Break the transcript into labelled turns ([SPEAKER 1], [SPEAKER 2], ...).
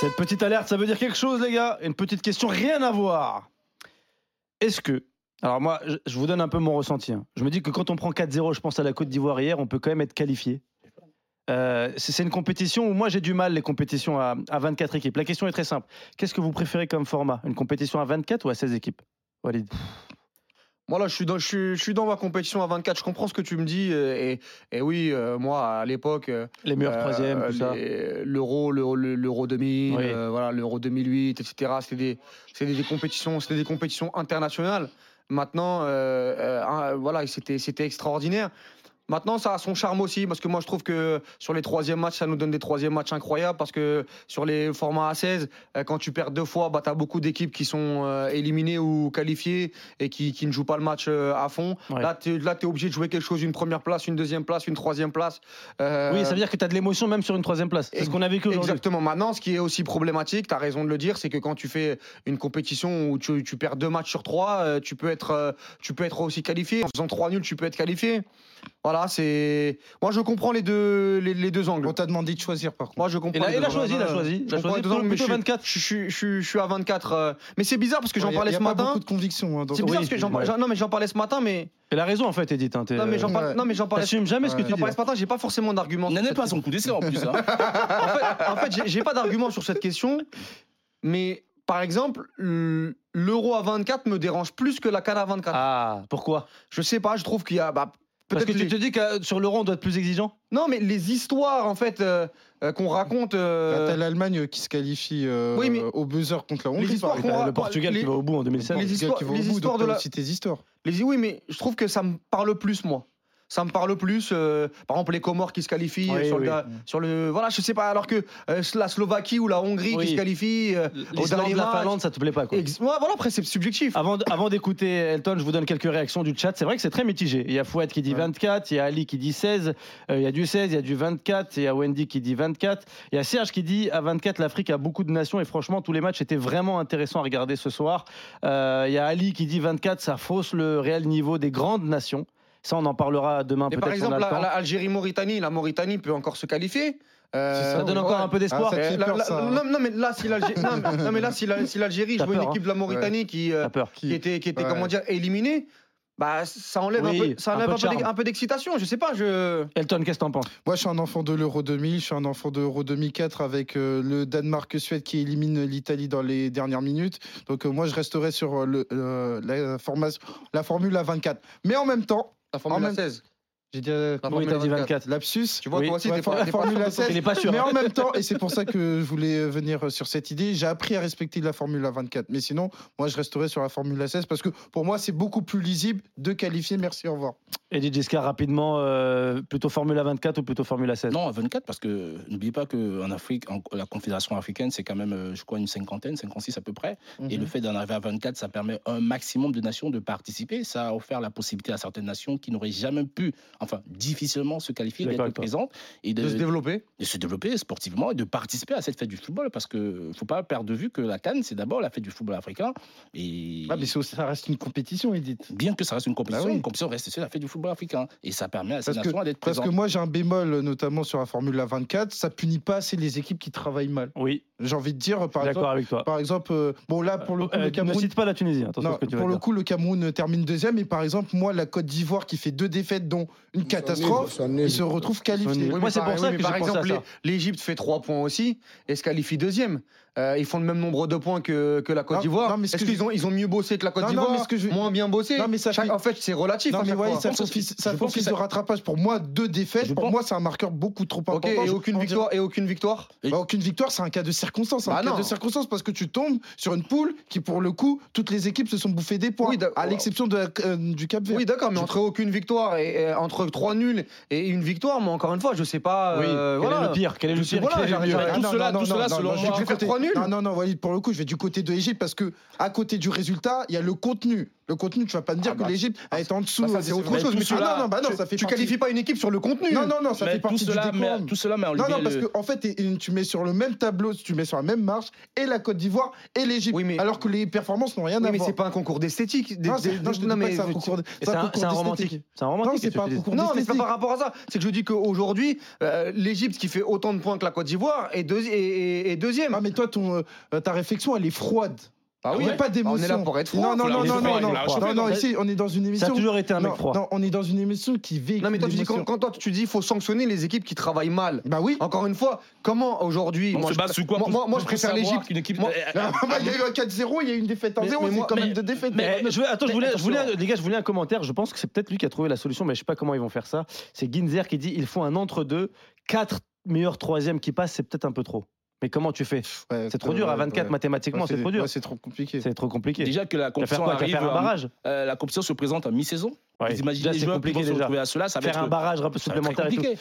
[SPEAKER 1] Cette petite alerte, ça veut dire quelque chose, les gars. Une petite question, rien à voir. Est-ce que. Alors, moi, je- je vous donne un peu mon ressenti. hein. Je me dis que quand on prend 4-0, je pense à la Côte d'Ivoire hier, on peut quand même être qualifié. Euh, c'est c'est une compétition où moi j'ai du mal les compétitions à, à 24 équipes. La question est très simple. Qu'est-ce que vous préférez comme format Une compétition à 24 ou à 16 équipes Walid
[SPEAKER 2] Moi là, je suis dans, je suis, je suis dans ma compétition à 24. Je comprends ce que tu me dis euh, et, et oui, euh, moi à l'époque, euh,
[SPEAKER 1] Les meilleurs
[SPEAKER 2] euh,
[SPEAKER 1] troisièmes, tout ça.
[SPEAKER 2] les- l'euro, l'euro, l'euro 2000,
[SPEAKER 1] Oui.
[SPEAKER 2] euh, voilà, l'euro 2008, etc. C'était des, c'était des compétitions, c'était des compétitions internationales. Maintenant, euh, euh, hein, voilà, c'était, c'était extraordinaire. Maintenant, ça a son charme aussi, parce que moi, je trouve que sur les troisièmes matchs, ça nous donne des troisièmes matchs incroyables, parce que sur les formats A16, euh, quand tu perds deux fois, bah, tu as beaucoup d'équipes qui sont euh, éliminées ou qualifiées et qui, qui ne jouent pas le match euh, à fond.
[SPEAKER 1] Ouais.
[SPEAKER 2] Là, tu es obligé de jouer quelque chose, une première place, une deuxième place, une troisième place. Euh,
[SPEAKER 1] Oui, ça veut dire que tu as de l'émotion même sur une troisième place. C'est ce qu'on a vécu aujourd'hui.
[SPEAKER 2] Exactement. Maintenant, ce qui est aussi problématique, tu as raison de le dire, c'est que quand tu fais une compétition où tu, tu perds deux matchs sur trois, euh, tu peux être, euh, tu peux être aussi qualifié. En faisant trois nuls, tu peux être qualifié. Voilà, c'est. Moi, je comprends les deux, les, les deux angles.
[SPEAKER 3] On t'a demandé de choisir par contre.
[SPEAKER 2] Moi, je comprends.
[SPEAKER 1] Et là,
[SPEAKER 2] les
[SPEAKER 1] il
[SPEAKER 2] deux
[SPEAKER 1] a choisi, il a
[SPEAKER 2] angles.
[SPEAKER 1] choisi. Il
[SPEAKER 2] Je
[SPEAKER 1] a
[SPEAKER 2] comprends
[SPEAKER 1] choisi
[SPEAKER 2] les deux angles, mais je
[SPEAKER 1] plutôt
[SPEAKER 2] suis-
[SPEAKER 1] 24.
[SPEAKER 2] Je, suis- je suis- je suis à 24. euh, Mais c'est bizarre parce que j'en
[SPEAKER 3] Ouais, y a-
[SPEAKER 2] parlais
[SPEAKER 3] y a
[SPEAKER 2] ce
[SPEAKER 3] pas
[SPEAKER 2] matin.
[SPEAKER 3] beaucoup de convictions. hein, dans
[SPEAKER 2] C'est
[SPEAKER 3] ton-
[SPEAKER 2] bizarre
[SPEAKER 1] Oui,
[SPEAKER 2] parce que j'en
[SPEAKER 1] ouais.
[SPEAKER 2] j'en- non mais j'en parlais ce matin mais
[SPEAKER 1] Elle a raison en fait, Edith. Hein, t'es-
[SPEAKER 2] non mais j'en parle-
[SPEAKER 3] Euh, Ouais.
[SPEAKER 2] non mais j'en parlais
[SPEAKER 1] T'assumes jamais ce que
[SPEAKER 3] Ouais.
[SPEAKER 1] tu
[SPEAKER 2] j'en
[SPEAKER 1] dis.
[SPEAKER 2] parlais ce matin j'ai pas forcément d'argument sur
[SPEAKER 4] N'en est
[SPEAKER 2] cette
[SPEAKER 4] pas son coup d'essai en plus. hein.
[SPEAKER 2] en fait, en fait, j'ai- j'ai pas d'argument sur cette question, mais par exemple, l- l'euro à 24 me dérange plus que la canne à 24.
[SPEAKER 1] Ah, pourquoi
[SPEAKER 2] Je sais pas, je trouve qu'il y a. bah,
[SPEAKER 1] Parce
[SPEAKER 2] Peut-être
[SPEAKER 1] que tu
[SPEAKER 2] les-
[SPEAKER 1] te dis que sur l'euro, on doit être plus exigeant
[SPEAKER 2] Non, mais les histoires en fait euh, euh, qu'on raconte. euh,
[SPEAKER 3] Bah, T'as l'Allemagne qui se qualifie euh,
[SPEAKER 2] Oui, mais-
[SPEAKER 3] au buzzer contre la Hongrie.
[SPEAKER 2] histoires
[SPEAKER 3] par
[SPEAKER 2] qu'on
[SPEAKER 3] exemple.
[SPEAKER 2] raconte-
[SPEAKER 1] Le
[SPEAKER 2] bah,
[SPEAKER 1] Portugal
[SPEAKER 2] les-
[SPEAKER 1] qui va au bout en
[SPEAKER 3] Bon,
[SPEAKER 1] 2016.
[SPEAKER 2] les
[SPEAKER 3] gars
[SPEAKER 2] histoires-
[SPEAKER 3] qui vont au
[SPEAKER 2] les
[SPEAKER 3] bout, donc
[SPEAKER 2] histoires de
[SPEAKER 3] t'as
[SPEAKER 2] la-
[SPEAKER 3] aussi tes histoires.
[SPEAKER 2] Les oui, mais je trouve que ça me parle plus moi. Ça me parle plus. euh, par exemple, les Comores qui se qualifient euh,
[SPEAKER 1] Oui,
[SPEAKER 2] sur,
[SPEAKER 1] oui.
[SPEAKER 2] le, ga- sur le- voilà, je sais pas. Alors que euh, la Slovaquie ou la Hongrie
[SPEAKER 1] Oui.
[SPEAKER 2] qui se qualifient euh, au
[SPEAKER 1] L'Islande,
[SPEAKER 2] dernier
[SPEAKER 1] la
[SPEAKER 2] match.
[SPEAKER 1] Finlande, ça te plaît pas quoi.
[SPEAKER 2] Ex- ouais, voilà, après c'est subjectif.
[SPEAKER 1] Avant, d- avant d'écouter Elton, je vous donne quelques réactions du chat. C'est vrai que c'est très mitigé. Il y a Fouad qui dit
[SPEAKER 3] Ouais.
[SPEAKER 1] 24, il y a Ali qui dit 16, euh, il y a du 16, il y a du 24, il y a Wendy qui dit 24, il y a Serge qui dit à 24, l'Afrique a beaucoup de nations et franchement, tous les matchs étaient vraiment intéressants à regarder ce soir. Euh, il y a Ali qui dit 24, ça fausse le réel niveau des grandes nations. Ça, on en parlera demain
[SPEAKER 2] Mais
[SPEAKER 1] peut-être.
[SPEAKER 2] par
[SPEAKER 1] si on a
[SPEAKER 2] exemple,
[SPEAKER 1] le temps.
[SPEAKER 2] l'Algérie-Mauritanie, la Mauritanie peut encore se qualifier. Euh,
[SPEAKER 3] C'est
[SPEAKER 1] ça donne encore
[SPEAKER 2] ouais.
[SPEAKER 1] un peu d'espoir.
[SPEAKER 3] Ah, ça-
[SPEAKER 2] Euh,
[SPEAKER 3] fait
[SPEAKER 2] la-
[SPEAKER 3] peur,
[SPEAKER 2] la-
[SPEAKER 3] ça.
[SPEAKER 2] non, non, mais là, si l'Algérie, non, mais- non, mais là, si la- si l'Algérie
[SPEAKER 1] T'as
[SPEAKER 2] jouait une
[SPEAKER 1] peur, hein.
[SPEAKER 2] équipe de la Mauritanie qui, euh,
[SPEAKER 1] T'as peur.
[SPEAKER 2] qui était, qui était
[SPEAKER 3] Ouais.
[SPEAKER 2] comment dire, éliminée, bah, ça enlève
[SPEAKER 1] Oui,
[SPEAKER 2] un peu, ça
[SPEAKER 1] un
[SPEAKER 2] enlève
[SPEAKER 1] peu
[SPEAKER 2] un
[SPEAKER 1] de
[SPEAKER 2] peu d'ex-
[SPEAKER 1] charme.
[SPEAKER 2] un peu d'excitation. Je sais pas, je.
[SPEAKER 1] Elton, qu'est-ce que t'en penses
[SPEAKER 3] Moi, je suis un enfant de l'Euro 2000, je suis un enfant de l'Euro 2004 avec euh, le Danemark-Suède qui élimine l'Italie dans les dernières minutes. Donc, euh, moi, je resterai sur euh, le, euh, la, formation, la Formule A24. Mais en même temps,
[SPEAKER 2] La
[SPEAKER 3] Formule
[SPEAKER 2] 16.
[SPEAKER 3] j'ai dit, euh,
[SPEAKER 2] La
[SPEAKER 1] Oui,
[SPEAKER 2] Formule
[SPEAKER 1] t'as dit
[SPEAKER 2] 24.
[SPEAKER 1] 24.
[SPEAKER 3] lapsus.
[SPEAKER 2] Ah. Tu vois,
[SPEAKER 1] Oui.
[SPEAKER 2] toi aussi,
[SPEAKER 3] Ouais,
[SPEAKER 2] t'es
[SPEAKER 3] for-
[SPEAKER 2] pas,
[SPEAKER 3] la
[SPEAKER 2] t'es pas
[SPEAKER 3] Formule
[SPEAKER 2] sûr de
[SPEAKER 3] A16.
[SPEAKER 2] ton-
[SPEAKER 1] Il n'est pas sûr. hein.
[SPEAKER 3] Mais en même temps, et c'est pour ça que je voulais euh, venir sur cette idée, j'ai appris à respecter la Formule 24. Mais sinon, moi, je resterai sur la Formule 16 parce que pour moi, c'est beaucoup plus lisible de qualifier. Merci, au revoir.
[SPEAKER 1] Eddie Giscard, rapidement, euh, plutôt Formule 24 ou plutôt Formule 16
[SPEAKER 4] Non, à 24, parce que n'oubliez pas qu'en Afrique, en- la Confédération africaine, c'est quand même, euh, je crois, une cinquantaine, 56 à peu près.
[SPEAKER 3] Mhm.
[SPEAKER 4] Et le fait d'en arriver à 24, ça permet un maximum de nations de participer. Ça a offert la possibilité à certaines nations qui n'auraient jamais pu, enfin, difficilement se qualifier,
[SPEAKER 1] D'accord
[SPEAKER 4] d'être
[SPEAKER 1] avec toi.
[SPEAKER 4] présentes et de,
[SPEAKER 2] de se développer.
[SPEAKER 4] de se développer sportivement et de participer à cette fête du football. Parce qu'il ne faut pas perdre de vue que la Cannes, c'est d'abord la fête du football africain. Et
[SPEAKER 3] Ah, mais c'est aussi- ça reste une compétition, Edith.
[SPEAKER 4] bien que ça reste une compétition,
[SPEAKER 3] Bah oui.
[SPEAKER 4] une compétition reste sur la fête du football africain. Et ça permet à ces
[SPEAKER 3] Parce que-
[SPEAKER 4] nations d'être
[SPEAKER 3] Parce
[SPEAKER 4] présentes.
[SPEAKER 3] que moi, j'ai un bémol, euh, notamment sur la Formule 24. Ça punit pas assez les équipes qui travaillent mal.
[SPEAKER 1] Oui,
[SPEAKER 3] J'ai envie de dire,
[SPEAKER 1] je
[SPEAKER 3] par
[SPEAKER 1] suis
[SPEAKER 3] exemple,
[SPEAKER 1] d'accord avec toi.
[SPEAKER 3] par exemple euh, bon, là, pour le coup,
[SPEAKER 1] Euh,
[SPEAKER 3] le
[SPEAKER 1] ne
[SPEAKER 3] Cameroun.
[SPEAKER 1] cite pas la Tunisie, attention à
[SPEAKER 3] Non,
[SPEAKER 1] ce que tu vas
[SPEAKER 3] pour le
[SPEAKER 1] dire.
[SPEAKER 3] coup, le Cameroun euh, termine deuxième. Et par exemple, moi, la Côte d'Ivoire qui fait deux défaites, dont une catastrophe, il se retrouve qualifié.
[SPEAKER 1] Moi,
[SPEAKER 2] mais
[SPEAKER 1] c'est
[SPEAKER 2] par-
[SPEAKER 1] pour ça
[SPEAKER 2] mais
[SPEAKER 1] que
[SPEAKER 2] par
[SPEAKER 1] j'ai pensé à
[SPEAKER 2] exemple,
[SPEAKER 1] ça.
[SPEAKER 2] l'É- l'Égypte fait 3 points aussi et se qualifie deuxième. Euh, ils font le même nombre de points que, que la Côte
[SPEAKER 3] Non, non,
[SPEAKER 2] d'Ivoire.
[SPEAKER 3] mais ce
[SPEAKER 2] Est-ce
[SPEAKER 3] que
[SPEAKER 2] qu'ils
[SPEAKER 3] je-
[SPEAKER 2] ont, ils ont mieux bossé que la Côte
[SPEAKER 3] Non, non, mais
[SPEAKER 2] d'Ivoire
[SPEAKER 3] ce que je-
[SPEAKER 2] Moins bien bossé
[SPEAKER 3] Non, mais ça
[SPEAKER 2] Chaque-
[SPEAKER 3] fait-
[SPEAKER 2] En fait, c'est relatif.
[SPEAKER 3] Non,
[SPEAKER 2] à
[SPEAKER 3] mais
[SPEAKER 2] chaque
[SPEAKER 3] ouais,
[SPEAKER 2] fois.
[SPEAKER 3] ça
[SPEAKER 4] Je pense que-
[SPEAKER 3] confie- ça
[SPEAKER 4] je pense
[SPEAKER 3] confie
[SPEAKER 4] que
[SPEAKER 3] de
[SPEAKER 4] ça-
[SPEAKER 3] rattrapage. Pour moi, deux défaites.
[SPEAKER 4] Je
[SPEAKER 3] pour
[SPEAKER 4] pense-
[SPEAKER 3] moi, c'est un marqueur beaucoup trop
[SPEAKER 2] Ok,
[SPEAKER 3] important.
[SPEAKER 2] et
[SPEAKER 3] Je-
[SPEAKER 2] aucune
[SPEAKER 3] on dirait-
[SPEAKER 2] victoire, et aucune victoire
[SPEAKER 3] Bah, aucune victoire, c'est un cas de circonstance.
[SPEAKER 2] Bah
[SPEAKER 3] un
[SPEAKER 2] non.
[SPEAKER 3] cas de circonstance parce que tu tombes sur une poule qui, pour le coup, toutes les équipes se sont bouffées des points,
[SPEAKER 2] Oui, d'accord.
[SPEAKER 3] à l'exception de la- euh, du Cap Vert.
[SPEAKER 2] Oui, d'accord, mais entre aucune victoire et, et entre trois nuls et une victoire, moi encore une fois, je sais pas.
[SPEAKER 1] Oui,
[SPEAKER 2] euh,
[SPEAKER 1] quel est
[SPEAKER 2] voilà.
[SPEAKER 1] le pire Quel est
[SPEAKER 2] Je
[SPEAKER 1] le
[SPEAKER 2] sais-
[SPEAKER 1] pire
[SPEAKER 2] voilà,
[SPEAKER 1] Quel est le
[SPEAKER 2] j'arrive-
[SPEAKER 1] mieux
[SPEAKER 2] j'arrive-
[SPEAKER 4] tout cela- tout cela,
[SPEAKER 3] non,
[SPEAKER 4] selon
[SPEAKER 3] non, je
[SPEAKER 4] moi,
[SPEAKER 3] vais
[SPEAKER 2] on
[SPEAKER 3] du
[SPEAKER 2] fait
[SPEAKER 3] côté-
[SPEAKER 2] trois nuls.
[SPEAKER 3] Non, non, non, Walid, pour le coup, je vais du côté de l'Égypte parce que à côté du résultat, il y a le contenu. Le contenu, tu vas pas me dire
[SPEAKER 4] Ah
[SPEAKER 3] que
[SPEAKER 4] bah,
[SPEAKER 3] l'Égypte a été en dessous.
[SPEAKER 2] Bah, ça, c'est autre
[SPEAKER 3] Mais
[SPEAKER 2] chose,
[SPEAKER 3] tout
[SPEAKER 2] mais tu-
[SPEAKER 3] cela-
[SPEAKER 2] ah non, non,
[SPEAKER 3] bah non,
[SPEAKER 2] tu,
[SPEAKER 3] ça fait
[SPEAKER 2] tu
[SPEAKER 3] partie-
[SPEAKER 2] qualifies pas une équipe sur le contenu.
[SPEAKER 3] Non, non, non, ça fait
[SPEAKER 4] Mais tout
[SPEAKER 3] partie
[SPEAKER 4] cela,
[SPEAKER 3] du
[SPEAKER 4] mais,
[SPEAKER 3] décorum.
[SPEAKER 4] tout cela met en
[SPEAKER 3] Non,
[SPEAKER 4] lumière
[SPEAKER 3] non, parce
[SPEAKER 2] euh,
[SPEAKER 4] le-
[SPEAKER 3] qu'en fait, t'es- une- tu mets sur le même tableau, tu mets sur la même marche et la Côte d'Ivoire et l'Égypte.
[SPEAKER 2] Oui, mais-
[SPEAKER 3] Alors que les performances n'ont rien
[SPEAKER 2] Oui,
[SPEAKER 3] à
[SPEAKER 2] mais
[SPEAKER 3] voir.
[SPEAKER 2] c'est pas un concours d'esthétique. des-
[SPEAKER 3] Non, c'est-
[SPEAKER 2] des-
[SPEAKER 3] non, je te
[SPEAKER 2] non,
[SPEAKER 3] dis pas
[SPEAKER 2] mais
[SPEAKER 3] que c'est un
[SPEAKER 2] je-
[SPEAKER 3] concours d-
[SPEAKER 1] Et
[SPEAKER 3] c'est
[SPEAKER 1] C'est
[SPEAKER 3] un
[SPEAKER 1] un,
[SPEAKER 3] concours
[SPEAKER 1] c'est un
[SPEAKER 3] d'esthétique.
[SPEAKER 1] romantique. C'est un romantique.
[SPEAKER 3] Non,
[SPEAKER 1] ce
[SPEAKER 3] c'est
[SPEAKER 1] que
[SPEAKER 3] pas
[SPEAKER 1] tu
[SPEAKER 3] un
[SPEAKER 1] dis.
[SPEAKER 3] concours
[SPEAKER 2] Non, mais c'est pas
[SPEAKER 3] d'esthétique.
[SPEAKER 2] par rapport à ça. C'est que je dis qu'aujourd'hui, euh, l'Égypte qui fait autant de points que la Côte d'Ivoire est, deuxi- est- est- est deuxième.
[SPEAKER 3] Ah, mais toi, ton, euh, ta réflexion, elle est froide.
[SPEAKER 2] Ah
[SPEAKER 3] Il n'y a pas d'émotion.
[SPEAKER 2] On est là pour être froid.
[SPEAKER 3] Non, non,
[SPEAKER 4] Faut la
[SPEAKER 3] non, non,
[SPEAKER 4] réchauffer,
[SPEAKER 3] non,
[SPEAKER 4] faut
[SPEAKER 3] non,
[SPEAKER 4] la
[SPEAKER 3] non, non,
[SPEAKER 4] réchauffer, non.
[SPEAKER 3] ici, on est dans une
[SPEAKER 1] Ça
[SPEAKER 3] émission.
[SPEAKER 1] a toujours été un mec
[SPEAKER 3] non,
[SPEAKER 1] froid.
[SPEAKER 3] non, on est dans une émission qui véhicule.
[SPEAKER 2] Non, mais toi, tu dis quand,
[SPEAKER 3] l'émotion.
[SPEAKER 2] quand toi, tu dis faut sanctionner les équipes qui travaillent mal.
[SPEAKER 3] Bah oui.
[SPEAKER 2] Encore une fois, comment aujourd'hui.
[SPEAKER 4] On
[SPEAKER 2] moi,
[SPEAKER 4] se
[SPEAKER 2] je-
[SPEAKER 4] base sur quoi
[SPEAKER 2] moi-
[SPEAKER 4] pour-
[SPEAKER 2] moi- moi, je
[SPEAKER 4] pour
[SPEAKER 2] préfère
[SPEAKER 4] savoir
[SPEAKER 2] l'Égypte.
[SPEAKER 4] qu'une équipe-
[SPEAKER 2] Moi-
[SPEAKER 4] Euh,
[SPEAKER 3] Ah, bah, Il y a eu un 4-0, il y a eu une défaite
[SPEAKER 2] Mais-
[SPEAKER 3] 1-0,
[SPEAKER 2] mais moi-
[SPEAKER 3] c'est quand même
[SPEAKER 4] mais-
[SPEAKER 3] deux défaites.
[SPEAKER 1] Mais je voulais- attends, je
[SPEAKER 2] mais
[SPEAKER 1] voulais, je voulais
[SPEAKER 2] attention.
[SPEAKER 1] un- les gars, je voulais un commentaire. Je pense que c'est peut-être lui qui a trouvé la solution, mais je sais pas comment ils vont faire ça. C'est Ginzer qui dit il faut un entre-deux, quatre meilleurs troisièmes qui passent, c'est peut-être un peu trop. Mais comment tu fais
[SPEAKER 3] Ouais,
[SPEAKER 1] C'est trop dur à 24
[SPEAKER 3] ouais.
[SPEAKER 1] mathématiquement,
[SPEAKER 3] Ouais,
[SPEAKER 1] c'est trop dur.
[SPEAKER 3] ouais, C'est trop compliqué.
[SPEAKER 1] C'est trop compliqué.
[SPEAKER 4] Déjà que la
[SPEAKER 1] Tu vas faire
[SPEAKER 4] compétition
[SPEAKER 1] quoi Tu vas
[SPEAKER 4] arrive.
[SPEAKER 1] faire un
[SPEAKER 4] euh,
[SPEAKER 1] barrage
[SPEAKER 4] euh, la compétition se présente à mi-saison.
[SPEAKER 1] Ouais.
[SPEAKER 4] Vous imaginez
[SPEAKER 1] Déjà,
[SPEAKER 4] les
[SPEAKER 1] c'est
[SPEAKER 4] joueurs qui vont
[SPEAKER 1] compliqué
[SPEAKER 4] se
[SPEAKER 1] déjà.
[SPEAKER 4] retrouver à cela, ça va
[SPEAKER 1] Faire
[SPEAKER 4] être
[SPEAKER 1] un barrage un peu
[SPEAKER 4] ça va être très
[SPEAKER 1] supplémentaire et tout.
[SPEAKER 4] compliqué.